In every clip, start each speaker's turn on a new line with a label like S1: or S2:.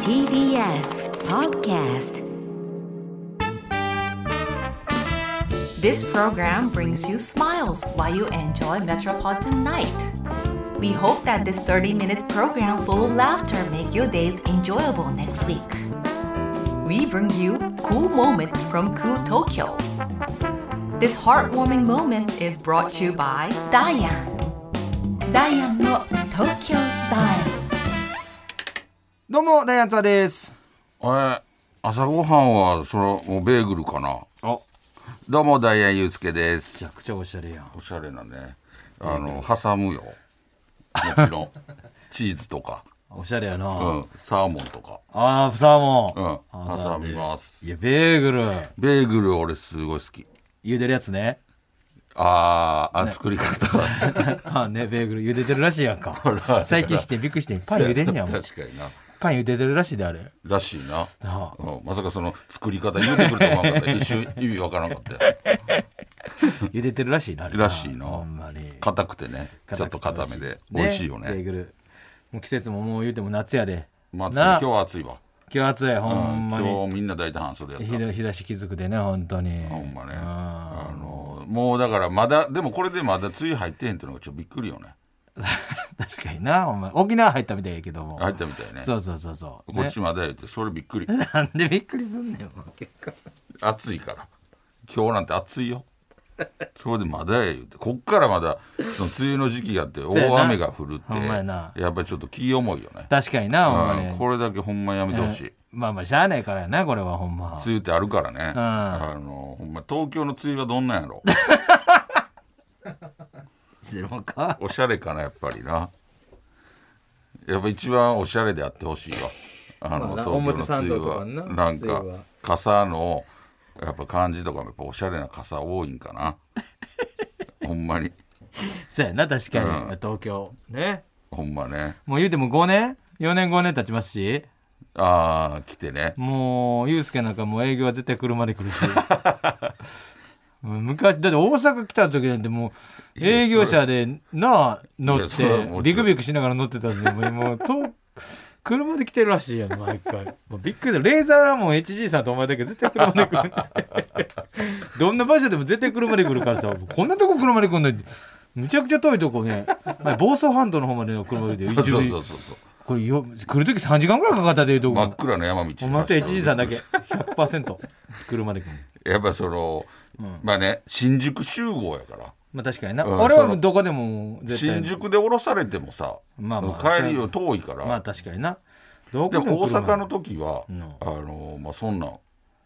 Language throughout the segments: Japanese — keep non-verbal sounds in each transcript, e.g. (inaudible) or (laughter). S1: TBS Podcast.
S2: This program brings you smiles while you enjoy Metropolitan Night. We hope that this 30-minute program full of laughter make your days enjoyable next week. We bring you cool moments from cool Tokyo. This heartwarming moment is brought to you by Diane. Diane no Tokyo Style.
S3: どうも、ダイアンツァです。
S4: え朝ごはんはそのベーグルかな
S3: あ、
S4: どうもダイアンユウスケです
S3: ゃくちゃおしゃれやん。
S4: おしゃれなねあの挟むよも
S3: (laughs)
S4: ちろんチーズとか、
S3: おしゃれやな。
S4: うん、サーモンとか、
S3: あー、サーモ
S4: う
S3: ン。
S4: ん、
S3: あサー
S4: 挟
S3: モン
S4: みます
S3: いや、ベーグル。
S4: ベーグル俺すごい好き
S3: 茹でるやつね。 (laughs)
S4: あーあ作り方さ
S3: あね、ベーグル茹でてるらしいやんか。最近知ってびっくりしてん。パン茹でんねやもん。
S4: (laughs) 確かにな
S3: パン茹でてるらしいで、あれ。
S4: らしいな
S3: あ
S4: うん、まさかその作り方言うてくると思わ
S3: (laughs)
S4: なかった一瞬意味わからんかったよ
S3: 茹でてるらしいな、あれ。
S4: らしいな
S3: ほんまに。
S4: 硬くてねちょっと硬めで美味しいよね
S3: ベーグル。もう季節ももう言うても夏やで。
S4: まあ暑い
S3: な
S4: 今日は暑いわ
S3: 今日暑い、ほ
S4: うん
S3: んま
S4: 今
S3: に。
S4: 日みんな大体半袖やっ
S3: 日
S4: た
S3: の日差し気づくでね、本当に。
S4: ほんまね
S3: うん
S4: あのもうだからまだでもこれでまだ梅雨入ってへんっていうのがちょっとびっくりよね
S3: 確かにな、ほんま。沖縄入ったみたいやけども。
S4: 入ったみたいね
S3: そうそうそうそう。
S4: こ
S3: ね
S4: っちまだ言ってそれびっく
S3: (laughs)
S4: り
S3: なんでびっくりすんねんもう結構
S4: 暑いから今日なんて暑いよそれでまだや言うてこっからまだその梅雨の時期があって
S3: うやな
S4: 大雨が降るって
S3: ほんまやな
S4: やっぱりちょっと気重いよね
S3: 確かになお前、
S4: う
S3: ね
S4: ん、これだけほんまやめてほしい
S3: まあまあしゃあないからやなこれはほんま
S4: 梅雨ってあるからね、
S3: ん
S4: あのほんま東京の梅雨はどんなんやろ
S3: ゼロか
S4: おしゃれかなやっぱりなやっぱ一番おしゃれであってほしいわあの
S3: まあな
S4: 東京の梅
S3: 表
S4: 雨
S3: 参道
S4: は
S3: とかな
S4: なん
S3: 梅
S4: か
S3: 雨は
S4: 傘のやっぱ感じとかもやっぱおしゃれな傘多いんかな (laughs) ほんまに
S3: (laughs) そうやな確かに、
S4: うん
S3: 東京ね
S4: ほんまね
S3: もう言うても5年4年5年経ちますし
S4: ああ来てね
S3: もうユうスケなんかもう営業は絶対車で来るし (laughs) もう昔だって大阪来た時なんてもう
S4: や
S3: 営業車でなあ乗
S4: いや
S3: っ
S4: そ
S3: て
S4: れはもちろん
S3: ビクビクしながら乗ってたんでもうもうと車で来てるらしいやん毎回もうびっくりしたレーザーラモン HG さんとお前だけ絶対車で来る (laughs) どんな場所でも絶対車で来るからさこんなとこ車で来んのにむちゃくちゃ遠いとこね前房総半島の方までの車で
S4: (laughs) そうそうそうそう
S3: これよ来る時3時間ぐらいかかったでいうとこ
S4: 真っ暗な山道
S3: お待てじいさんだけ100%車で来る
S4: やっぱその、まあね新宿集合やから
S3: まあ確かにな、
S4: うん
S3: 俺は
S4: そ
S3: もう
S4: の
S3: どこでも絶対
S4: 新宿で降ろされてもさ、
S3: まあまあ
S4: 帰りよ遠いから、
S3: まあ確かになどこ
S4: で
S3: で
S4: も
S3: も
S4: 大
S3: 車
S4: 阪の時は、
S3: ん
S4: あのまあそんなん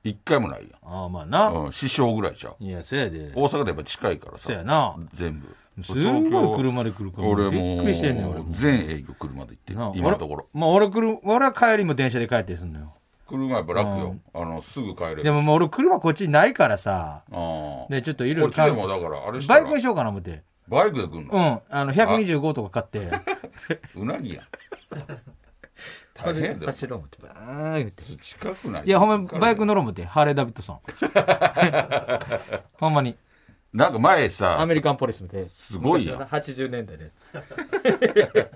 S4: 一回もない
S3: ああまあな、
S4: やん、うん、師匠ぐらいじゃん
S3: いやそやで
S4: 大阪でやっぱ近いから
S3: そや
S4: さ
S3: な
S4: 全部
S3: すごい車で来るから
S4: 俺
S3: びっ
S4: も
S3: くりしてんねん俺も
S4: 全営業車で行ってる
S3: なあ
S4: 今のところ
S3: 俺,、まあ、俺来る俺は帰りも電車で帰ってすんのよ
S4: 車やっぱ楽よあのすぐ帰れる
S3: でももう俺車こっちにないからさ
S4: ああ
S3: でちょっといろ
S4: こ
S3: い
S4: っ
S3: ろ
S4: ちでもだからあれした
S3: バ
S4: ら
S3: イクにしようかな思って
S4: バイクで来
S3: う
S4: ん
S3: ん
S4: の、
S3: あの125とか買って
S4: うな
S3: (laughs)
S4: ぎやん (laughs) 大変だよ
S3: 走ろう思ってバーン言って
S4: 近くない
S3: いやほんまバイク乗ろう思ってハーレー・ダビッドソン (laughs) ほんまに
S4: なんか前さ
S3: アメリカンポリスみたいなやつ
S4: すごいやん
S3: 昔のな80年代の
S4: (laughs)
S3: やつ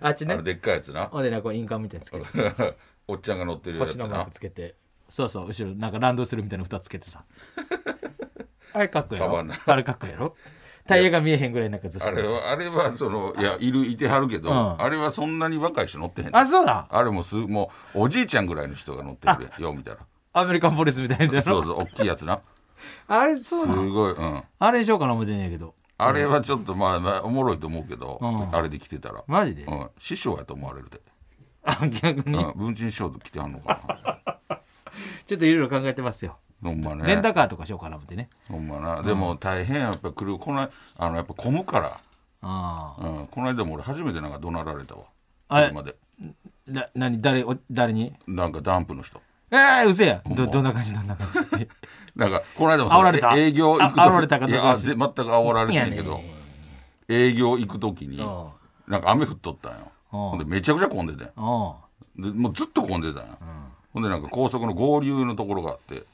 S3: あっち
S4: あ
S3: ね
S4: れでっかいやつな
S3: ほんでなんかこう印鑑みたいにつけて
S4: (laughs) おっちゃんが乗ってるやつ
S3: 星のマー
S4: な
S3: クつけてそうそう後ろなんかランドセルみたいな蓋つけてさ (laughs) あれかっこいいや
S4: カバ
S3: ろ
S4: ンな
S3: あれかっこいいや
S4: (laughs)
S3: ろタイヤが見えへんぐらいなんかずっし
S4: あ
S3: り
S4: れは、あれは、その、いや、いる、いてはるけど、
S3: ん
S4: あれはそんなに若い人乗ってへん。
S3: あそうだ
S4: あれもす、もう、おじいちゃんぐらいの人が乗ってるよ、みたいな。
S3: アメリカンポリスみたいなやつ
S4: そうそう、大きいやつな。
S3: あれそう
S4: す
S3: なん
S4: ごい、うん。
S3: あれにしようかな思ってんねんけど
S4: あれはちょっと、まあまあ、おもろいと思うけど、
S3: ん
S4: あれで来てたら。
S3: マジで
S4: うん、師匠やと思われるで。
S3: あ逆に
S4: うん、文珍師匠と来てはんのか
S3: (laughs) ちょっといろいろ考えてますよ
S4: な。ほんま
S3: レン
S4: ね。
S3: タカーとかしようかな思ってね
S4: ほんまな、でも、大変やっぱ、来る、この、あの、やっぱ混むから。
S3: あ
S4: うん、この間も俺、初めてなんか怒鳴られたわ。
S3: あれ
S4: 車で。
S3: あな何誰お誰に
S4: なんかダンプの人。
S3: ええー、うせやどどんな感じどんな感
S4: (laughs)
S3: じ
S4: なんか、この間もその
S3: 煽られた
S4: 営業行く
S3: あ煽られたか
S4: い
S3: どう
S4: や、
S3: か
S4: あぜ全く煽られてないけ
S3: いや
S4: ど
S3: ね、
S4: 営業行くときに、
S3: ん
S4: なんか雨降っとったんよ。ほんで、めちゃくちゃ混んでてん。
S3: おう
S4: でもうずっと混んでたんや。ほんで、なんか高速の合流のところがあって、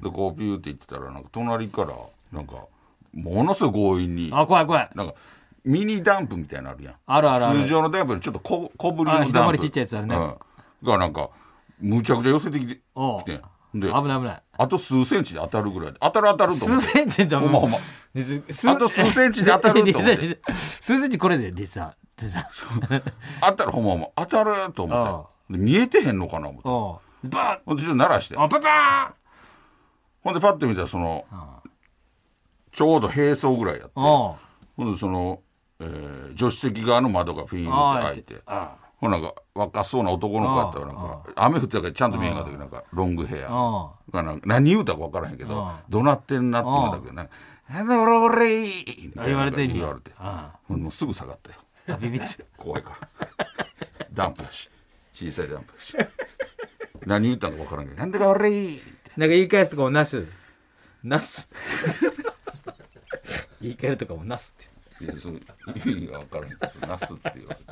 S4: で、こうピューって行ってたら、なんか隣から、なんか、ものすごい強引に、
S3: あ怖い怖い
S4: なんか、ミニダンプみたいなのあるやん。
S3: あるあるある
S4: 通常のダンプよりちょっと小小ぶり
S3: あ
S4: の
S3: 一
S4: ダン
S3: 回
S4: プ。
S3: りちっちゃいやつあるね
S4: うんがなんか、むちゃくちゃ寄せてきて
S3: おう
S4: きてん
S3: 危
S4: で
S3: ない危ない
S4: あと数センチで当たるぐらいで当たる当たると思
S3: 数
S4: って
S3: センチで
S4: ほんまほんまあと数センチで当たると思
S3: リ
S4: って
S3: サリサ数センチこれでリサリ
S4: (laughs)
S3: サ
S4: 当たるほんまほんま当たると思ってで見えてへんのかな思って
S3: おう
S4: バーンほんでちょっと鳴らして
S3: あパパー
S4: ほんでパッて見たらそのちょうど並走ぐらいやってほ
S3: おうん
S4: でその、えー助手席側の窓がフィーンって開いて
S3: あ
S4: ほんなんか若そうな男の子やったらなんか雨降ってたからちゃんと見えんかったけどなんかロングヘア
S3: おう
S4: がなんか何言うたか分からへんけど
S3: あ
S4: 怒鳴ってんなって言うんだけどなんか「ヘドロレイ!」みたい
S3: 言
S4: な
S3: われ
S4: のが
S3: てんねや
S4: 言われて
S3: あ
S4: ほんでもうすぐ下がったよ
S3: あビビって
S4: 怖いからダンプやし小さいダンプやし何言ったのか分からんけど「なんでか悪い!」って
S3: なんか言い返すとかもなすなす (laughs) 言い換えるとかもなすって
S4: いやその意味が分からへんけど「なす」って言われて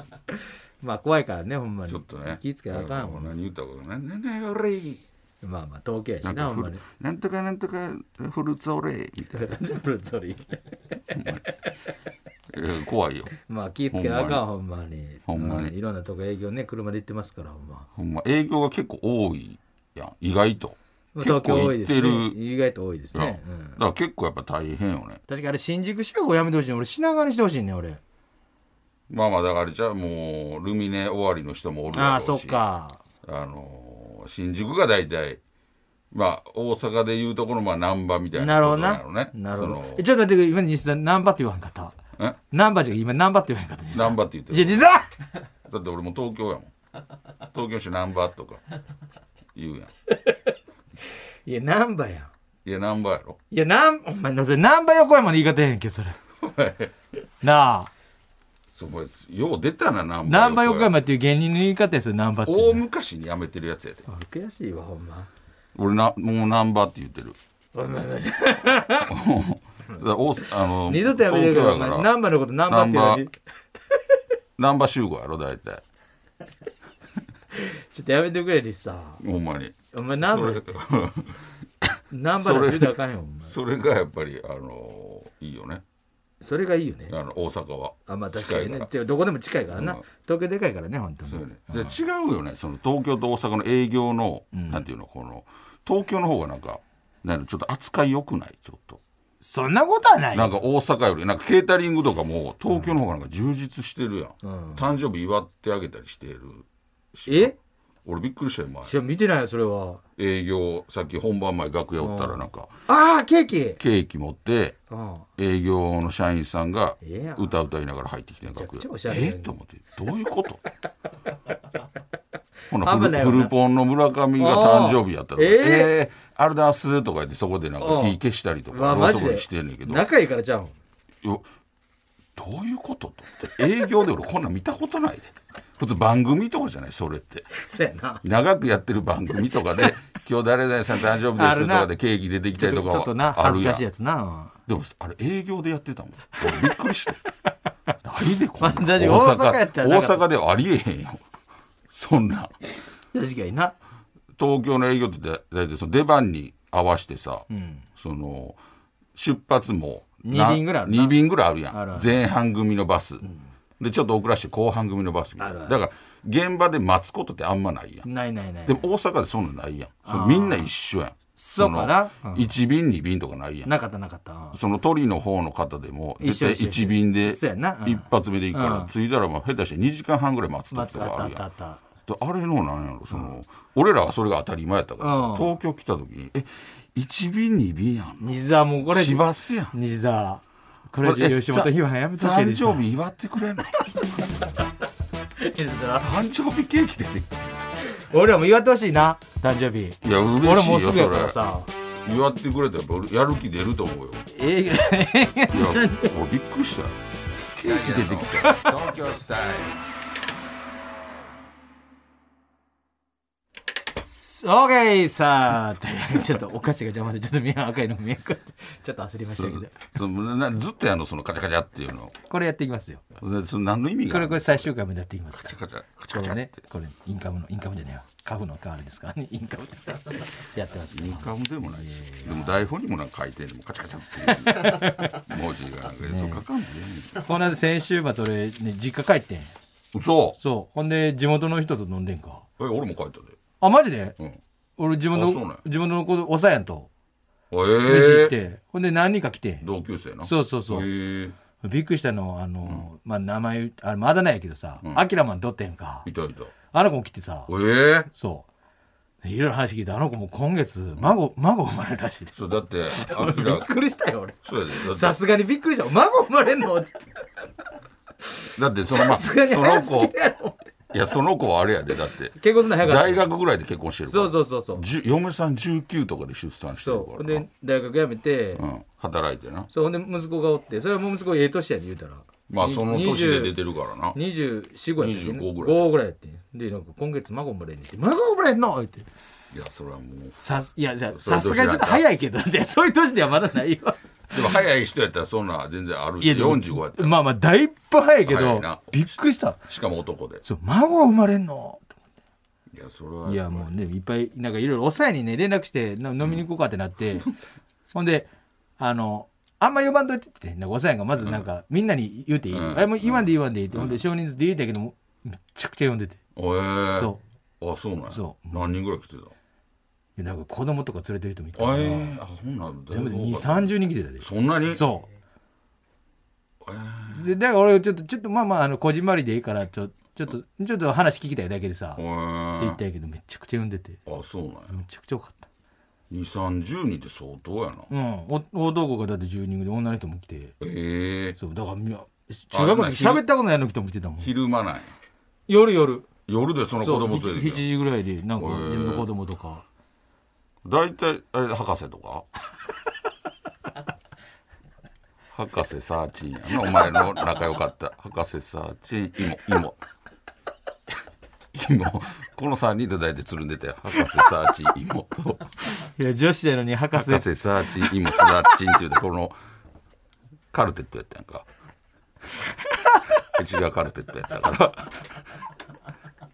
S3: まあ怖いからねほんまに
S4: ちょっとね
S3: 気ぃつけなあかんもん
S4: 何言ったか分からん「なんでか悪い!」
S3: まあまあ東京や
S4: な
S3: し
S4: ん
S3: なほ
S4: か
S3: ん
S4: フ
S3: ま
S4: ル
S3: に
S4: なんとかなんとかフルーツオレみ
S3: (laughs)
S4: たい
S3: それぞれ
S4: な、えー怖いよ
S3: まあ気ぃつけなあかんほんまに
S4: ほんまに
S3: ういろんなとこ営業ね車で行ってますからほんま
S4: ほんま営業が結構多いやん意外と結
S3: 東
S4: 構
S3: 京多い
S4: 行
S3: で
S4: っ
S3: す
S4: てる、
S3: ね意外と多いです
S4: うん
S3: ねうん
S4: だから結構やっぱ大変よね
S3: 確かにあれ新宿集合やめてほしいね俺品川にしてほしいね俺
S4: まあまあだからじゃあもうルミネ終わりの人もおるだろ
S3: あ
S4: う
S3: あ
S4: し
S3: そっか
S4: あのー新宿が大体まあ大阪でいうところのまあ難波みたい
S3: な
S4: な
S3: るほ
S4: こ
S3: ど
S4: と
S3: な
S4: なのね
S3: なるほど
S4: そ
S3: えちょっと待って今西田ナンバって言わんかった
S4: のえ
S3: ナンバじゃ今ナンバって言わんかった西田
S4: 難波って言って
S3: じゃ
S4: る
S3: あ西田
S4: だって俺もう東京やもん東京市難波とか言うやん
S3: いやナンバやん
S4: いや難波やろ
S3: いやなんお前なそれナンバ横山の言い方やねんけどそれなあ
S4: そうこれよう出たな難波
S3: ナンバ横山っていう芸人の言い方やそれナンバって
S4: 大昔に辞めてるやつやで
S3: あ悔しいわほんま
S4: 俺なもう難波って言ってる (laughs) だから大あの
S3: 二度とやめてくれ
S4: 東
S3: よ
S4: 京やから
S3: ナンバのことナンバって言われて
S4: 難波集合やろ大体
S3: ちょっとやめてくれリスさん
S4: ほんまに
S3: お前ナンバ
S4: それ
S3: ナンバなんて言うたらあかんよお前
S4: それがやっぱりあのいいよね
S3: それがいいよね
S4: あの大阪は
S3: あまあ確かに
S4: 近い
S3: ね
S4: ら
S3: てかどこでも近いからな、
S4: うん
S3: 東京でかいからね本当に
S4: そうよねで違うよねその東京と大阪の営業の、なんていうのこの東京の方がなんかなんかちょっと扱い良くないちょっと
S3: そんなことはないよ
S4: なんか大阪よりなんかケータリングとかも東京の方がなんか充実してるやん、
S3: うん
S4: 誕生日祝ってあげたりしてるし
S3: え
S4: 俺びっくりしたよ前
S3: じゃ見てないよそれは
S4: 営業さっき本番前楽屋おったらなんか
S3: ああケーキ
S4: ケーキ持って
S3: うん
S4: 営業の社員さんが
S3: ええやん
S4: 歌歌いながら入ってきてん楽
S3: めちゃくちゃおしゃれ
S4: 屋
S3: やん
S4: えっと思ってどうい
S3: (laughs)
S4: うことほなフ
S3: 危な
S4: ル
S3: いよ
S4: フ
S3: な
S4: ルポンの村上が誕生日やったとか「
S3: あー
S4: え
S3: え
S4: えあれだす」とか言ってそこでなん
S3: あ
S4: か
S3: ー
S4: 火消したりと
S3: わ
S4: か
S3: あ
S4: ろう
S3: マ
S4: そ
S3: ジ
S4: く
S3: で
S4: にしてんねんけどよ
S3: 仲いいからじゃうん
S4: どういうことと思って営業で俺こんなん見たことないで普通番組とかじゃないそれって
S3: そやな
S4: 長くやってる番組とか
S3: (laughs)
S4: で「今日誰々さん誕生日で
S3: あ
S4: す」
S3: る
S4: と
S3: な
S4: かでケーキ出てきたりとか
S3: ちょっとな
S4: はあ
S3: 恥
S4: る
S3: ず
S4: や
S3: か
S4: ん
S3: しいやつな
S4: でもあれ営業でやってたもん俺びっくりしてないでこんなん
S3: (laughs) まあ確か
S4: 大
S3: に
S4: 阪
S3: 大阪やったらな
S4: 大
S3: んか
S4: 阪ではありえへんよそんな
S3: 確かにな
S4: 東京の営業ってだ大体その出番に合わせてさ、その出発もな
S3: 二便ぐらいあるな
S4: 二便ぐらいあるやん
S3: あるある
S4: 前半組のバス、でちょっと遅らして後半組のバスみたいなだから現場で待つことってあんまないやん
S3: ないないない
S4: でも大阪でそんなんないやんそのみんな一緒やん
S3: そうかな
S4: その
S3: うん
S4: 1便2便とかないやん
S3: なかったなかったうん
S4: その鳥の方の方でも
S3: 一緒
S4: 絶対
S3: 一緒
S4: 1便で
S3: そうやなうん
S4: 一発目で行くから
S3: うん
S4: 着いたらまあ下手して2時間半ぐらい待つ時
S3: 松
S4: と
S3: あ
S4: かあ
S3: っ
S4: る
S3: たあ
S4: や
S3: ったあっ
S4: んあれのなんやろその俺らはそれが当たり前やったから
S3: う
S4: さ
S3: ん
S4: 東京来た時にえ1便2便や
S3: た
S4: ん
S3: 西沢もうこれ
S4: 市バスやん
S3: 西沢これ以上吉本批判やめとけ
S4: 誕
S3: リスさん
S4: 生日祝ってく
S3: (laughs)
S4: れない
S3: 西沢
S4: 誕生日ケーキ出て
S3: 俺らも祝ってほしいな誕生日
S4: いや嬉
S3: 俺
S4: しい
S3: も
S4: よ
S3: うす
S4: そ
S3: ぐ
S4: れ
S3: やからさ
S4: 祝ってくれたらやっぱ俺やる気出ると思うよ
S3: ええ
S4: いや
S3: (laughs)
S4: 俺びっくりしたよケーキ出てきた東京スタイ
S3: オーケーさあというわけでちょっとお菓子が邪魔でちょっと目が赤いの見えんかったちょっと焦りましたけど
S4: ルそのなずっとやんのそのカチャカチャっていうの
S3: これやっていきますよ
S4: でその何の意味が
S3: こ
S4: あ
S3: れ
S4: る
S3: これ最終回までやっていきますから
S4: カチャカチ
S3: こ
S4: ャカチ
S3: れ
S4: ャっ
S3: ね
S4: て
S3: これインカムのインカムじゃないよカフの代わりですから
S4: (laughs)
S3: ねインカムってやってますけ
S4: イ
S3: ど
S4: ンカムでもないしでも台本にもなんか書いてんのもカチャカチャっていう文字がなんかそう書かんでえ
S3: この間先週末俺、ね、実家帰ってん
S4: え嘘
S3: そうほんで地元の人と飲んでんか
S4: え俺も書いたで
S3: あマジで
S4: うん、
S3: 俺自分
S4: あそうなん
S3: の
S4: や
S3: 自分の子おさやんと
S4: あ
S3: 飯行っ
S4: ええ
S3: てほんで何人か来て
S4: 同級生な
S3: そうそうそう
S4: ええ
S3: びっくりしたのあのまあ名前言うあれまだないやけどさ
S4: ん
S3: アキラマン撮ってんか
S4: いたいた
S3: あの子も来てさ
S4: ええ
S3: そういろいろ話聞いてあの子も今月孫孫生まれるらしいで
S4: そうだってあき
S3: (laughs) びっ
S4: ら
S3: くりしたよ俺
S4: そうやでだって
S3: さすがにびっくりした孫生まれんのつって
S4: だってそのまあ
S3: さすがに
S4: その
S3: 早すぎ
S4: 子
S3: るやろ
S4: いやその子はあれやでだって
S3: 結婚するの早かった
S4: 大学ぐらいで結婚してるから
S3: そうそうそうそう
S4: じゅ嫁さん19とかで出産してる
S3: そう
S4: か
S3: ほん
S4: らな
S3: で大学辞めて、
S4: うん、働いてな
S3: そうほんで息子がおってそれはもう息子ええ年やで言うたら
S4: まあその年で出てるからな
S3: 2425やった
S4: 25ぐらい
S3: 5ぐらいやってんでなんか今月孫生まれんねんって孫生まれんのって
S4: いやそれはもう
S3: さすいやじゃあ
S4: そうい
S3: さ
S4: う年
S3: すがにちょっと
S4: なんだ
S3: 早いけどいやそういう年ではまだないよ
S4: でも早い人やったらそんな全然ある
S3: いやでも
S4: 45やった
S3: (laughs)
S4: ら
S3: まあまあだいぶ早いけ
S4: 早
S3: ど
S4: いな
S3: びっくりした
S4: しかも男で
S3: そう孫生まれんの
S4: いやそれはい
S3: やもうねいっぱいなんかいろいろおさえにね連絡してな飲みに行こうかってなって、 (laughs) ほんであのあんま呼ばんといてってなんかおさえがまずなんか、みんなに言うていい、
S4: うん
S3: あもう言わんでいい言わんでいいって、ほんで少人数で言うたけどもめっちゃくちゃ呼んでて、
S4: えー、
S3: そう
S4: あそうなんや
S3: そう
S4: 何人ぐらい来てた
S3: いやなんか子供とか連れてる人もいたから
S4: あえー、あほんなんだい
S3: 全
S4: ぶ
S3: 部
S4: 多
S3: で
S4: かっ
S3: 2
S4: た
S3: 三3 0人来てたで
S4: そんなに
S3: そうでだから俺ちょっとちょっとまあまああのこじんまりでいいからちょちょっとちょっと話聞きたいだけでさっ
S4: え
S3: て
S4: ー
S3: 言ったんやけどめちゃくちゃ呼んでて
S4: あそうなんや
S3: めちゃくちゃ多かった
S4: 2三3 0人って相当やな
S3: うんお大道具がだって10人ぐらい女の人も来て
S4: ええー、
S3: そうだからみんな中学の時喋ったことないの人も来てたもん
S4: 昼間ない
S3: 夜夜
S4: 夜でその子
S3: そう
S4: 供連れて
S3: 7
S4: きて
S3: 時ぐらいでなんか
S4: へー
S3: 自分の子供とか
S4: 大体あれ博士とか博士サーチンやなお前の仲良かった博士サーチンイモイモイモこの3人で大体つるんでて博士サーチンイモと
S3: いや女子なのに博
S4: 博
S3: 士
S4: 士サーチンイモツダッチンって言うてこのカルテットやったやんかうちがカルテットやったから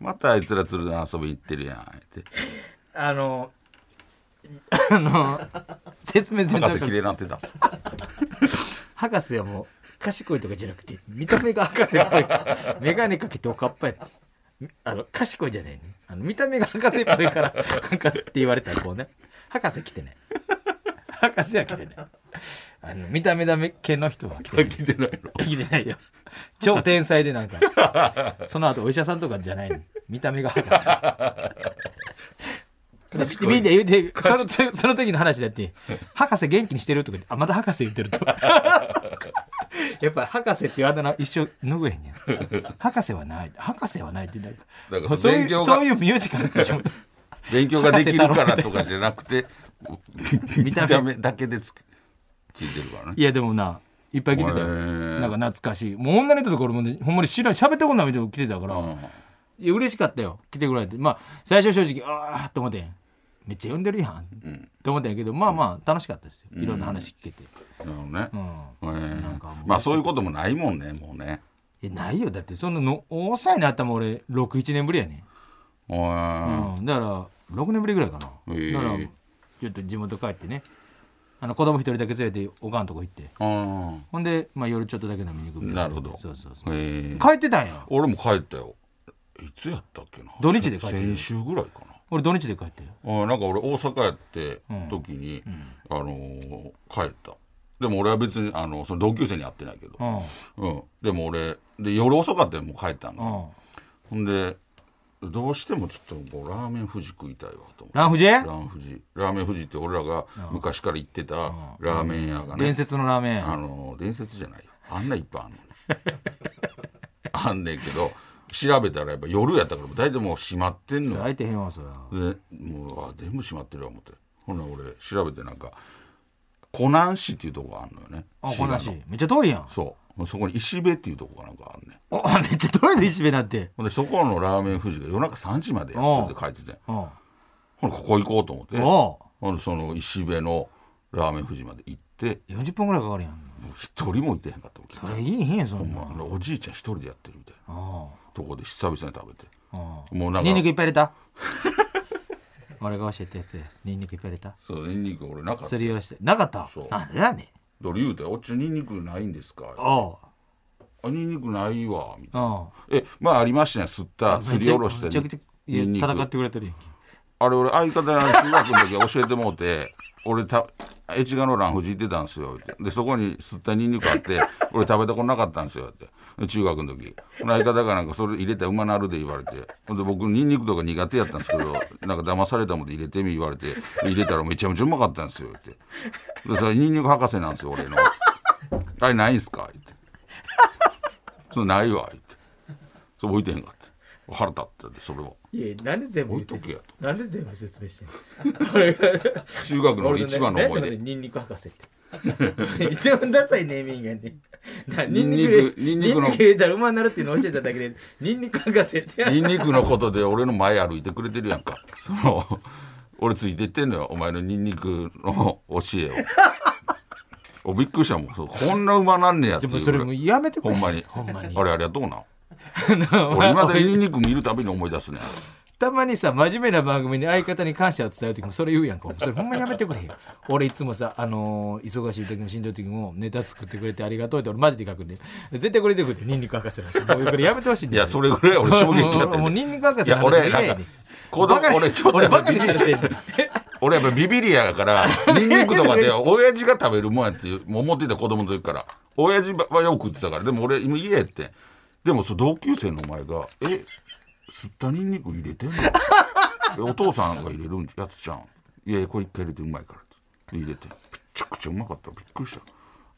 S4: またあいつらつるんで遊び行ってるやんって
S3: あの (laughs) あ
S4: (laughs)
S3: の説明全
S4: 博
S3: 然
S4: (laughs) 士綺麗になってた
S3: 博士はもう賢いとかじゃなくて見た目が博士っぽい眼鏡かけておかっぱやってあの賢いじゃないねあの見た目が博士っぽいから博士って言われたらこうね博士来てね博士は来てねあの見た目だけの人は来てない
S4: 来てないの
S3: 来てないよ (laughs) 超天才でなんか
S4: (laughs)
S3: その後お医者さんとかじゃないの見た目が博士でみんな言うてそのその時の話だって「博士元気にしてる?」とか言って「あまだ博士言ってる」
S4: (laughs)
S3: とやっぱ博士っていうあだ名一生脱ぐへんねん博士はない博士はないってなんか
S4: だから
S3: そういう
S4: 勉強が
S3: そういうミュージカルで
S4: (laughs)
S3: しょ
S4: 勉強ができるからとかじゃなくて見
S3: た目
S4: た目だけでつくついてるからね
S3: いやでもないっぱい来てたよ
S4: へ
S3: な
S4: ー
S3: んか懐かしいもう女の人とか俺もねほんまに知らん喋ったことない人も来てたから、
S4: うん
S3: いや嬉しかったよ来てくれてまあ最初正直ああと思ってんめっちゃ呼んでるやん、と思ったんやけどまあまあ楽しかったですよいろんな話聞けて、
S4: なるほどね
S3: うん
S4: へえ
S3: なんかもう
S4: まあそういうこともないもんねもうね
S3: えないよだってそのの大さえなったも俺61年ぶりやね、
S4: へ
S3: う
S4: え
S3: んだから6年ぶりぐらいかな、
S4: へー
S3: だからちょっと地元帰ってねあの子供一人だけ連れておかんとこ行って
S4: うん
S3: ほんで、まあ、夜ちょっとだけ飲みに行くみたい
S4: なるほど
S3: そうそうそう
S4: へえ
S3: 帰ってたんや
S4: 俺も帰ったよいつやったっけな
S3: 土日で帰ってる
S4: 先週ぐらいかな
S3: 俺土日で帰ってる
S4: あなんか俺大阪やって時に、あのー帰ったでも俺は別にあのその同級生に会ってないけど
S3: う、んうん
S4: うん、でも俺で夜遅かったよもう帰ったんだほんでどうしてもちょっともうラーメン富士食いたいわと思って
S3: ランフジ
S4: ラーメン富士ラーメン富士って俺らが昔から行ってたラーメン屋がね
S3: 伝説のラーメン
S4: あの伝説じゃないよ (laughs) あんないっぱいあんねんあんねんけど調べたらやっぱ夜やったから大体もう閉まってんのよ
S3: 開いてへんわそりゃ
S4: でもうあ全部閉まってるわ思ってほな俺調べてなんか湖南市っていうとこがあるのよね
S3: あ
S4: 滋
S3: こ
S4: 賀の
S3: なしめっちゃ遠いやん
S4: そうそこに石部っていうとこがなんかあんねん
S3: お
S4: (laughs)
S3: めっちゃ遠いで石部なんて
S4: ほんでそこのラーメン富士が夜中3時までやってるって書いてて
S3: うんお
S4: ほんでここ行こうと思って
S3: お
S4: ほんでその石部のラーメン富士まで行って
S3: う40分ぐらいかかるやん
S4: もう一人も行ってへんかった俺
S3: それいいへんそんな
S4: ほんまおじいちゃん一人でやってるみたいな
S3: お
S4: とこで久々に食べて
S3: うおう
S4: もうなん
S3: ニンニクい
S4: か
S3: っぱい入れた (laughs) 俺が教えたやつやニンニクいっぱい入れた
S4: そうニンニク俺なかった
S3: すりおろしてなかった
S4: そう
S3: なんでやねん
S4: 俺言うて「おっちょニンニクないんですか?」
S3: おう
S4: あ「ニンニクないわ」みたいな
S3: おう
S4: えまあありましたね吸ったすりおろし
S3: めち
S4: た
S3: ゃくちゃいや
S4: ニンニク
S3: 戦ってくれてるやんけ
S4: あれ俺相方に中学の時教えてもうて俺た越後の蘭藤行ってたんですよってでそこに吸ったニンニクあって俺食べたことなかったんですよってで中学の時この相方がなんかそれ入れたらうまなるで言われてほんで僕ニンニクとか苦手やったんですけどなんか騙されたもんで入れてみ言われて入れたらめちゃめちゃうまかったんですよってでそれニンニク博士なんですよ俺の「あれないんすか?」って「それないわ」ってそれ置いてへんかって腹立っててそれを
S1: いやなんで全部
S4: 置い
S1: 言
S4: と
S1: ってん
S4: け
S1: の
S4: やと。
S1: なんで全部説明してんの (laughs) 俺が
S4: 中学の一番の思
S1: 俺
S4: い
S1: ねなんで
S4: 出。
S1: ニンニク博士って。 (laughs) 一番ダサいネーミングやねんな。ニンニク入れ
S4: ニンニク
S1: ニ
S4: の
S1: ンニク入れたら馬になるっていうのを教えただ
S4: (laughs)
S1: けで、ニンニク博士って。
S4: ニンニクのことで俺の前歩いてくれてるやんか。その、俺ついてってんのよ。お前のニンニクの教えを。おびっくりしたもん。そうこんな馬なんねやって
S3: で
S4: い
S3: も
S4: うぐらい。
S3: それもうやめてく
S4: ほ
S3: れ
S4: んまに。
S3: ほんまに (laughs)
S4: あれありがとうな。
S3: な
S4: 俺今でニンニク見るたびに思い出すねん。
S3: たまにさ真面目な番組に相方に感謝を伝える時もそれ言うやんかそれほんまやめてくれよ俺いつもさ、あのー忙しい時もしんどい時もネタ作ってくれてありがとうって俺マジで書くんで絶対これ出てくるニンニク博士らしいもうこれやめてほしいん
S4: い
S3: だよ
S4: や、それぐらい俺衝撃
S3: (laughs) もうもう
S4: だった
S3: もう
S4: よ
S3: ニ
S4: ね。
S3: ンニク博
S4: い
S3: 士の
S4: や、
S3: 話
S4: 俺、
S3: 嫌
S4: な
S3: や
S4: ん
S3: ね
S4: か
S3: ん、
S4: 子
S3: バ
S4: 供
S3: カに
S4: 俺ちょっと
S3: 俺
S4: やっ
S3: バ
S4: ぱ
S3: カ
S4: ビ
S3: に
S4: ビ
S3: されてんねん
S4: 俺やっぱビビリやから、ニンニクとかで親父が食べるもんやって思ってた子供の時から。親父はよく食ってたから、でも俺今家やって。でもそう同級生のお前が、え、吸ったニンニク入れてんのえ (laughs) お父さんが入れるんやつじゃん。いやいや、これ一回入れてうまいからって。で入れて。めちゃくちゃうまかった。びっくりした。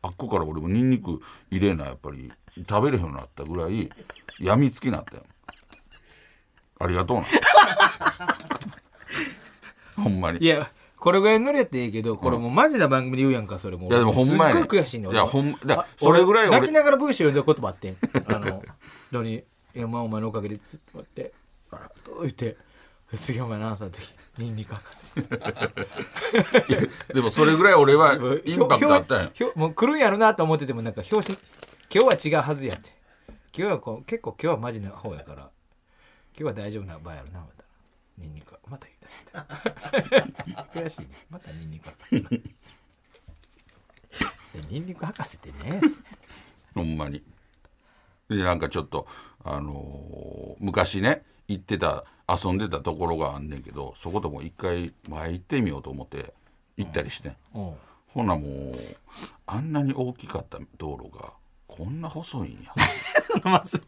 S4: あっこから俺もニンニク入れな、やっぱり食べれへんようになったぐらい、やみつきになったよ。ありがとうな。ほんまに
S3: (laughs) い。やこれぐらい乗れっていいけどこれもうマジな番組で言うやんかそれも
S4: いやでもほんまやね
S3: すっごい悔しいね
S4: い
S3: 俺
S4: やほんまだから
S3: あ
S4: それぐらい
S3: 俺
S4: 俺
S3: 泣きながら文章読んだ言葉あ
S4: (laughs)
S3: ってんあの「のにいやまあお前のおかげでずっと待って」と言って次お前何歳の時ニンニク博士
S4: いやでもそれぐらい俺は
S3: (laughs) もう
S4: インパクトあったんよ
S3: ひょひょもう来るんやろなと思っててもなんか表紙今日は違うはずやって今日はこう結構今日はマジな方やから今日は大丈夫な場合やろな思ったらニンニクまた言い出した (laughs) 悔しいねまたニンニク博士でニンニク博士ってね
S4: ほんまにでなんかちょっとあのー昔ね行ってた遊んでたところがあんねんけどそことも一回前行ってみようと思って行ったりしてん、 (laughs)
S3: うん
S4: ほなもうあんなに大きかった道路がこんな細いんや
S3: まず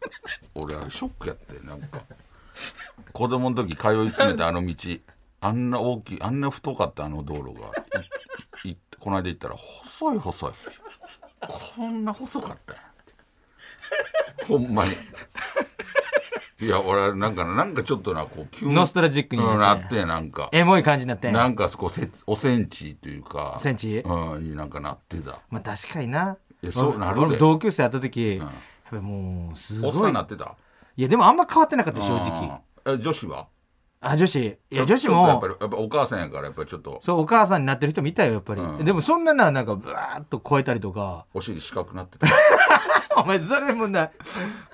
S4: 俺あれショックやってなんか (laughs) 子供の時通い詰めたあの道あんな大きいあんな太かったあの道路がいいこの間行ったら細い細いこんな細かったんやってほんまにいや俺なんかななんかちょっとなこう急に
S3: ノストラジックに
S4: うん
S3: な
S4: な
S3: って
S4: ってなんか
S3: エモい感じになってん
S4: なんかこうせおセンチというか
S3: センチ
S4: うんになんかなってた
S3: まあ確かにない
S4: やそうなるで
S3: 俺同級生会った時、やっぱりもうす
S4: おっさ
S3: ご
S4: ん
S3: い
S4: になってた
S3: いやでもあんま変わってなかった正直
S4: うんえ女子は
S3: あ女子いや女子
S4: ちょっとやっ
S3: も
S4: ぱりやっぱお母さんやからやっぱりちょっと
S3: そうお母さんになってる人もいたよやっぱり、
S4: うん
S3: でもそんなのはなんかブワーッと超えたりとか (laughs)
S4: お尻四角くなってた
S3: お前それもな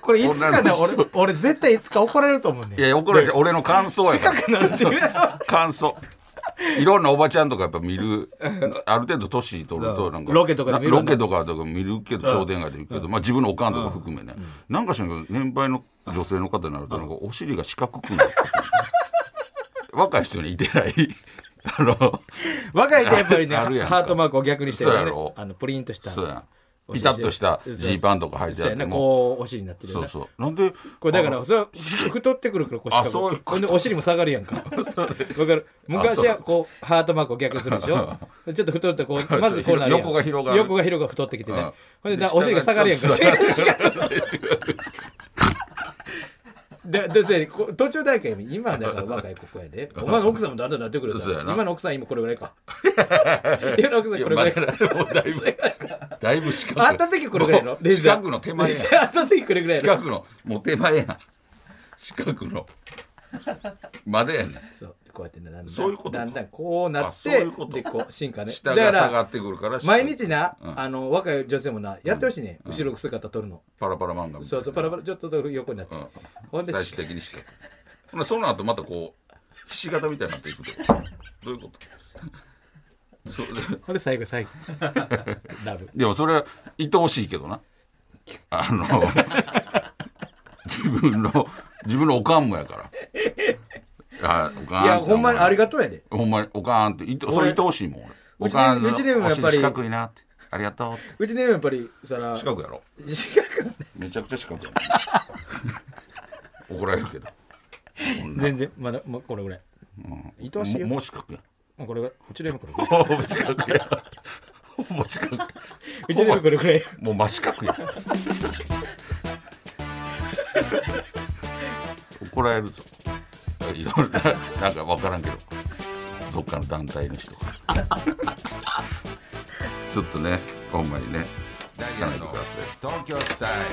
S3: これいつか
S4: 女の
S3: な
S4: 人
S3: 俺俺絶対いつか怒られると思うねん
S4: いや怒られちゃう俺の感想やから
S3: 近くなるっていう (laughs)
S4: 感想いろんなおばちゃんとかやっぱ見るある程度年取るとなんか
S1: ロケとかで見る
S4: ロケとかとか見るけど商店街で言うけど、まあ、自分のおかんとか含めね、なんかしらんけど年配の女性の方になるとなんかお尻が四角くなってる若い人にいてない (laughs) あの
S1: 若いとやっぱりね、
S4: あるやんか
S1: ハートマークを逆にしてるよ
S4: そう
S1: ね
S4: やろ。
S1: あの、プリンとした。
S4: そうやん
S1: お
S4: ピ
S1: 尻
S4: タッとしたジーパンとか履いて
S1: そう
S4: あ
S1: や
S4: って
S1: な、
S4: も
S1: こう、お尻になってるよ
S4: そう
S1: な。
S4: そうなんで
S1: これだか
S4: あ
S1: ら、それは太ってくるから、こう
S4: あ
S1: し
S4: そういうこと
S1: ほんで、お尻も下がるやんか。わかる。昔はこう、ハートマークを逆にするでしょ。ちょっと太って、こ
S4: (laughs)
S1: う、まずこうなるやん。
S4: 横が広がる
S1: 横が広が太ってきて
S4: う
S1: ね
S4: ん。
S1: ほんで、だお尻が下がるやんか。
S4: (laughs) で下がっ
S1: (laughs) で、で、せ、こ途中大会、今だから若い子や
S4: (laughs)
S1: で。お前の奥さんもだんだんなってくるさ
S4: そうや。な
S1: 今の奥さん、今これぐらい
S4: (laughs)
S1: か。今の奥さん、これぐらいか。
S4: もうだいぶだいぶ四角
S1: あった時これぐらいのレーザー。
S4: 四角の手前や
S1: (laughs)
S4: ん
S1: あった時これぐらい
S4: 四
S1: の。
S4: 角のもう手前やん四角のまだやねん
S1: そう、こうやってね、だんだん。
S4: そういうことか
S1: だんだんこうなっ
S4: あそう
S1: て
S4: いうこ、と
S1: で、こう、進化ね。
S4: 下が下が
S1: ら、
S4: ってくるから
S1: 毎日な、
S4: うん
S1: あの、若い女性もな、やってほしいね。後ろ姿撮るの。
S4: パラパラ漫画みたいな
S1: そうそう、パラパラ、ちょっと横になって
S4: うん。
S1: ほんで、
S4: 最終的にしてほなその後またこうひし形みたいになっていくと (laughs) どういうことそう
S3: ほんで最後
S4: (laughs)
S3: 最後
S1: ラブ。
S4: でもそれは愛おしいけどなあの (laughs) 自分の自分のおかんもやからあおかん
S1: いやほんまにありがとうやで
S4: ほんまにおかんっていとそれ愛おしいもん
S1: う
S4: 俺お
S1: ちね
S4: かん
S1: うちねやっぱり
S4: 四角いなってありがとうって
S1: うちねやっぱりそら
S4: 四角やろ
S1: 四角
S4: めちゃくちゃ四角やろ怒られるけどこんな
S3: 全然まだもうこれぐらい
S4: うん
S3: 愛おしいよ
S4: ももう四角 (laughs) や
S3: もうこれぐらいこっちでもこれぐらい
S4: ほぼ四角やほぼ四 (laughs) 角や
S1: うちでもこれぐらい
S4: もう真四角や怒られるぞいろんななんか分からんけどどっかの団体の人がちょっとねほんまにね聞かないでください東京スタイ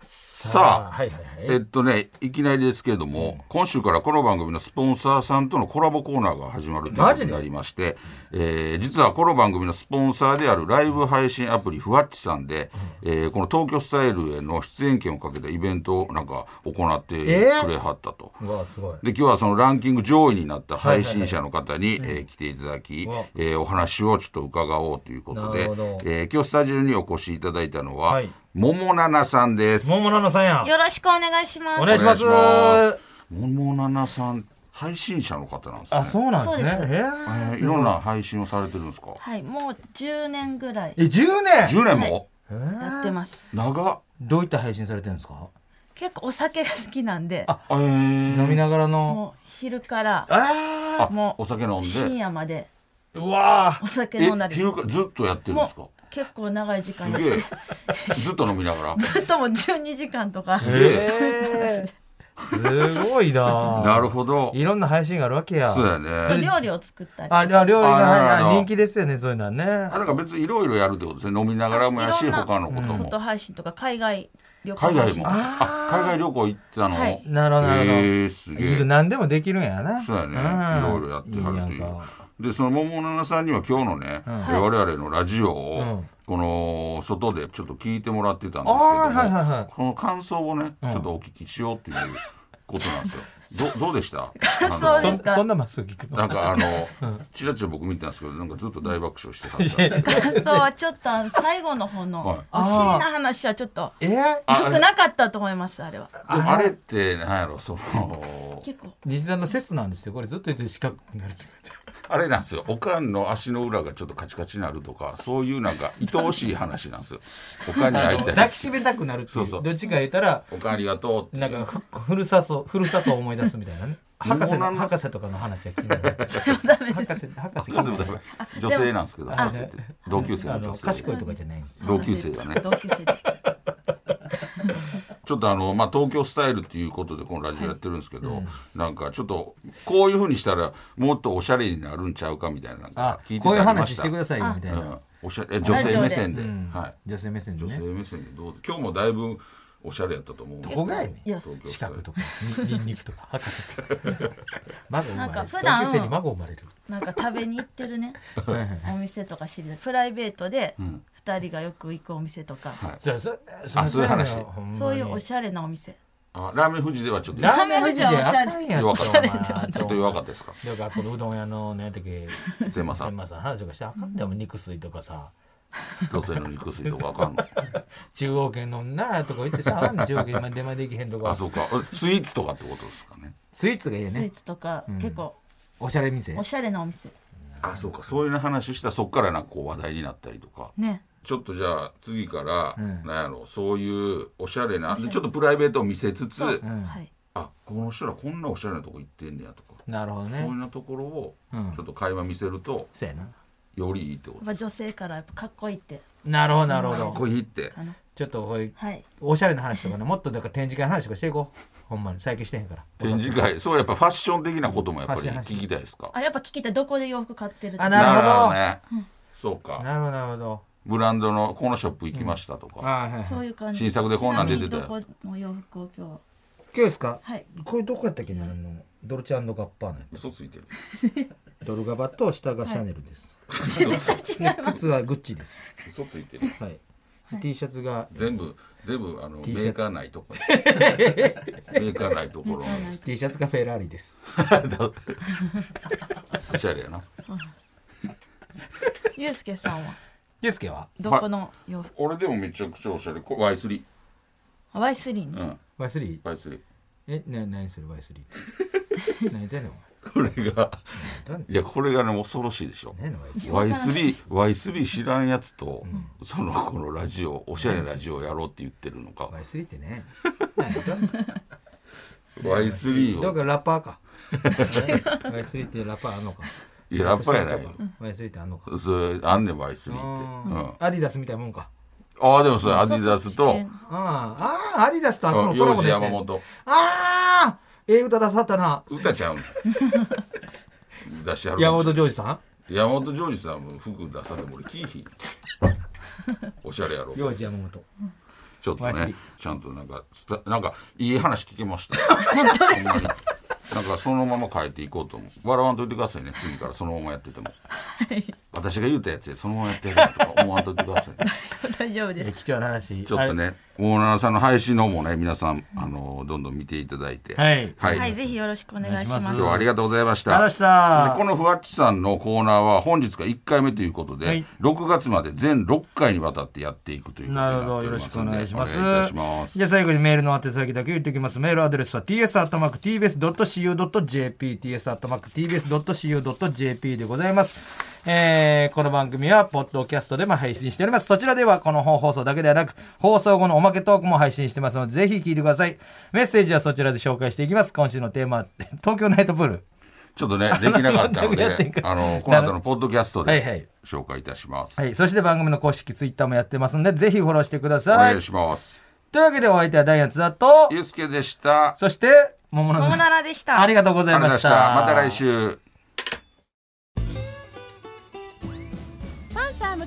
S4: さあ
S3: はいはいはい
S4: えっとね、いきなりですけれども、今週からこの番組のスポンサーさんとのコラボコーナーが始まるというこ
S3: マ
S4: と
S3: ジ
S4: に
S3: で
S4: なりまして、えー実はこの番組のスポンサーであるライブ配信アプリふわっちさんで、えーこの東京スタイルへの出演権をかけたイベントをなんか行ってくれ
S3: えー
S4: はったと。
S3: うわすごい
S4: で今日はそのランキング上位になった配信者の方にえー来ていただき
S3: うわ、
S4: えーお話をちょっと伺おうということで
S3: なるほど、
S4: えー今日スタジオにお越しいただいたのは、
S3: はい
S4: 桃奈々さんです。
S3: 桃奈々さんや
S5: よろしくお願いします。
S3: お願いします
S4: お願いしますももななさん配信者の方なんですね。
S3: あそうなんですね
S5: そうです
S3: へ
S4: え
S3: ー
S4: ーいろんな配信をされてるんですか。
S5: はい、もう10年ぐらい
S3: え10
S4: 10
S3: 年
S4: 年も、
S5: やってます。
S4: 長っ。
S3: どういった配信されてるんですか
S5: 結構お酒が好きなんで、
S4: えー
S3: 飲みながらの
S5: もう昼から
S3: あ
S4: あ
S5: もう
S4: お酒飲ん
S5: 深
S4: で。
S5: 夜まで
S3: ーうわ
S5: お酒
S4: え
S5: 飲んだり、
S4: 昼からずっとやってるんですか
S5: も。う結構長い時間
S4: すげえ。ずっと飲みなが
S5: ずっともう12時間とか。
S4: す
S3: ー
S4: げえ
S3: えーすごいな
S4: ら。
S5: (laughs)
S3: ー
S4: なるほど。
S3: いろんな配信があるわけや
S4: そうや
S5: そう
S4: ね。
S5: 料理を作ったり
S3: あ料理が
S4: あなるほど
S3: はい人気ですよねそういうのはね
S4: あだから別にいろいろやるってことですね。飲みながらもやし
S5: いろんな
S4: 他のことも
S5: 外。配信とか海外旅行
S4: 海外も。
S5: (laughs) 配信
S4: あ海外旅行行ってたの。
S5: は
S4: え
S5: い
S3: なるほどなるほど
S4: えーすげえ。
S3: 何でもできるんやな。
S4: そうやねいろいろやってはるという
S3: やんか
S4: でその桃奈々さんには今日のね、えー我々のラジオを、
S3: うん
S4: この外でちょっと聞いてもらってたんですけども、
S3: あーはいはいはい
S4: この感想をねちょっとお聞きしようっていうことなんです
S3: (laughs)
S4: よ。どどうでした
S5: 想
S4: あの
S5: です
S3: そんそんなまっすぐ聞 (laughs) くの。
S4: なんかあの、ちらちら僕見てたんですけどなんかずっと大爆笑してたんですけど
S5: 感想はちょっとあの最後の方の
S4: はい
S5: お尻な話はちょっと
S3: え
S5: 良くなかったと思いますあれは
S4: でもあれってなんやろその
S5: 結構
S3: 西さんの説なんですよ。これずっと言ってる四角くなるってこと。
S4: あれなんですよおかんの足の裏がちょっとカチカチになるとかそういうなんか愛おしい話なんですよ。おかんに会いた
S3: 抱
S4: い
S3: きしめたくなるって
S4: そ
S3: いうう。
S4: そう
S3: どっちか言ったら、
S4: おかんありがとうって
S3: なんかふふるさと、ふるさとを思い出すみたいな
S5: (laughs)
S3: ね。博士の博士とかの話は聞いたことない。
S5: それはダメです
S3: 博士、博士聞いたことない。
S4: 女性なんですけど合わせて同級生
S3: あ
S4: の
S3: の
S4: 女
S3: 賢い
S4: 性
S3: とかじゃないんですよ。
S4: 同級生がね
S5: 同級生で
S4: ちょっとあの、まあ、東京スタイルっていうことでこのラジオやってるんですけど、なんかちょっとこういうふうにしたらもっとおしゃれになるんちゃうかみたいななん
S3: あ
S4: か聞い、て
S3: こういう
S4: たりま
S3: 話
S4: し
S3: したてくださいよみたいな。
S4: うんおしゃれえ女性目線で、
S3: うん
S4: はい、
S3: 女性目線で
S4: 女性
S3: ね。
S4: 目線でどう今日もだいぶおしゃれやったと思うんですけ
S3: こがやねん
S5: いや
S4: 東京スタ
S3: 四
S4: イ
S3: 角
S4: ル
S3: とか、にニンニクとか、博士とか。
S4: (laughs)
S3: 孫生ま
S5: なん
S3: れ
S5: か
S3: る。
S5: 普段
S3: 同級生に孫生まれる。
S5: なんか食べに行ってるね
S3: はい
S4: (laughs)
S3: はい
S5: お店とか知りたいプライベートで
S4: ん
S5: 2人がよく行くお店とか、
S3: じゃあそ
S4: あそういう話
S5: そういうお
S3: ゃ
S5: しゃれなお店
S4: あラーメン富士ではちょっと
S3: ラーメン富士であかんやん
S4: おしゃれ
S3: ちょっとお前
S4: ちょっと弱かったですか
S3: だからこのうどん屋のねだけ
S4: 天満さん
S3: 天満さん話とかしてあかんでも肉水とかさ
S4: 女性の肉水とかあかんの
S3: 中央圏のなとか言ってさ
S4: (laughs)
S3: あかんねん中央圏今出前できへんと
S4: あ
S3: か
S4: そうかえスイーツとかってことですかね
S3: スイーツがいいよ
S5: スイー
S3: ね
S5: ツとか、結構
S3: おしゃれ店
S5: おしゃれなお店
S4: あそうかそういう話したらそっからなんかこう話題になったりとか
S5: ね
S4: ちょっとじゃあ次から、
S3: うん
S4: なんやろそういうおしゃれなでちょっとプライベートを見せつつ、
S5: そう、
S3: ん
S5: はい
S4: あこの人らこんなおしゃれなとこ行ってんねやとか、
S3: なるほど
S4: そういうよう
S3: ね
S4: なところを
S3: うん
S4: ちょっと会話見せると
S3: そうやな
S4: よりいいってこ
S5: やっぱ女性からやっぱかっこいいって
S3: なるほどなるほ
S4: と、かっこ
S3: ど
S4: いいって
S5: あの
S3: ちょっとこういう
S5: はい
S3: おしゃれな話とかねもっとだから展示会の話とかしていこうほんまに最近してへんから
S4: 展示会そうやっぱファッション的なこともやっぱり
S3: ファッション
S4: 聞きたいですか
S5: あやっぱ聞きたいどこで洋服買ってると
S3: あなるほど
S4: ね、そうか
S3: なるほどなるほど
S4: ブランドのこのショップ行きましたとか、
S3: あーはい
S5: そ
S3: は
S5: う
S3: い
S5: いう感じ
S4: 新作でこんなん出てたよ
S5: ちなみにどこの洋服を今日
S3: 今日ですか
S5: はい
S3: これどこやったっけなあのドルチェガッパーのやつ
S4: 嘘ついてる
S3: (laughs) ドルガバと下がシャネルです。で靴はグッチです。
S4: 嘘ついてる
S3: はい。T シャツが
S4: 全部全部あのメ
S3: T シャツ
S4: ーカーないと
S1: (laughs)
S4: こメーカーないところ
S3: T シャツがフェラーリです。
S4: おしゃれやな
S5: ゆうすけさんは
S3: ゆうすけは
S5: どこの洋服
S4: 俺でもめちゃくちゃおしゃれこ Y3
S5: ワイスリー
S4: う
S5: の
S4: ん
S1: Y3?
S4: バイスリー
S1: え、な何する Y3
S5: (laughs)
S1: って。何言ってんの
S4: これが
S1: 何
S4: いやこれがね恐ろしいでしょ
S1: 何の Y3?
S4: Y3, Y3 知らんやつと、そのこのラジオおしゃれなラジオやろうって言ってるのか
S1: Y3 って
S5: (laughs)
S1: ね。何言ってんの
S4: Y3
S1: だか
S4: を
S1: らラッパー
S5: (laughs)
S1: か。Y3 ってラッパーあんのか。
S4: いやラッパーやないよ
S1: よ。Y3 ってあんのか。
S4: それあんねん Y3 って、うん、
S1: あ
S4: あ
S1: ーアディダスみたいなもんか。
S4: あでもそれアディダスと
S1: あーあー、アディダスとあこのコラ
S4: 幼
S1: ボ
S4: 児
S1: のやつや。
S4: 山本
S1: ああええ歌出さはったな。
S4: 歌ちゃうねん出してやるか
S1: 山
S4: も
S1: 本
S4: しれん
S1: ジョージさ
S4: 山本ジョージさんも服出さんでも俺キーヒーおしゃれやろ
S1: んジョージ山本。
S4: ちょっと
S1: おやす
S4: ね
S1: み
S4: ちゃんとなんかつたなんかいい話聞けましたほんまになんかそのまま変えていこうと思う笑わんといてくださいね次からそのままやってても私が言うたやつでそのままやってやるよとか思わんといてください
S5: 大丈夫です。
S3: 貴重な話
S4: ちょっとね大奈良さんの配信の方もね皆さんあのどんどん見ていただいて
S3: はい
S4: はい、
S5: はい、ぜひよろしくお願いしま
S3: お願いし
S5: す
S4: 今日。はありがとうございました。
S3: ありがとうございました
S4: そてこのふわっちさんのコーナーは本日が1回目ということで、
S3: はい
S4: 6月まで全6回にわたってやっていくということに
S3: なる
S4: な
S3: ほど
S4: ってお
S3: よろ
S4: り
S3: し
S4: ます
S3: くお
S4: ので、
S3: 願いします
S4: お願いいたします
S3: じ。ゃあ最後にメールの宛先だけ言っておきますメールアドレスは ts.cu.jp ts.cu.jp でございますえーこの番組はポッドキャストでも配信しておりますそちらではこの本放送だけではなく放送後のおまけトークも配信してますのでぜひ聞いてくださいメッセージはそちらで紹介していきます今週のテーマは (laughs) 東京ナイトプール
S4: ちょっとね、できなかった
S3: (laughs)
S4: の
S3: やってん
S4: で、
S3: か
S4: あの、この後のポッドキャスト
S3: はいはい
S4: で紹介いたします。
S3: はいそして番組の公式ツイッターもやってますのでぜひフォローしてくだ
S4: お
S3: さい
S4: 願いします。
S3: というわけでお相手はダイアンツだと
S4: ゆうすけでした。
S3: そして桃の
S5: 桃奈良でした。
S3: ありがとうございました。
S4: ありがとうございましたまた来週。
S6: パンサー向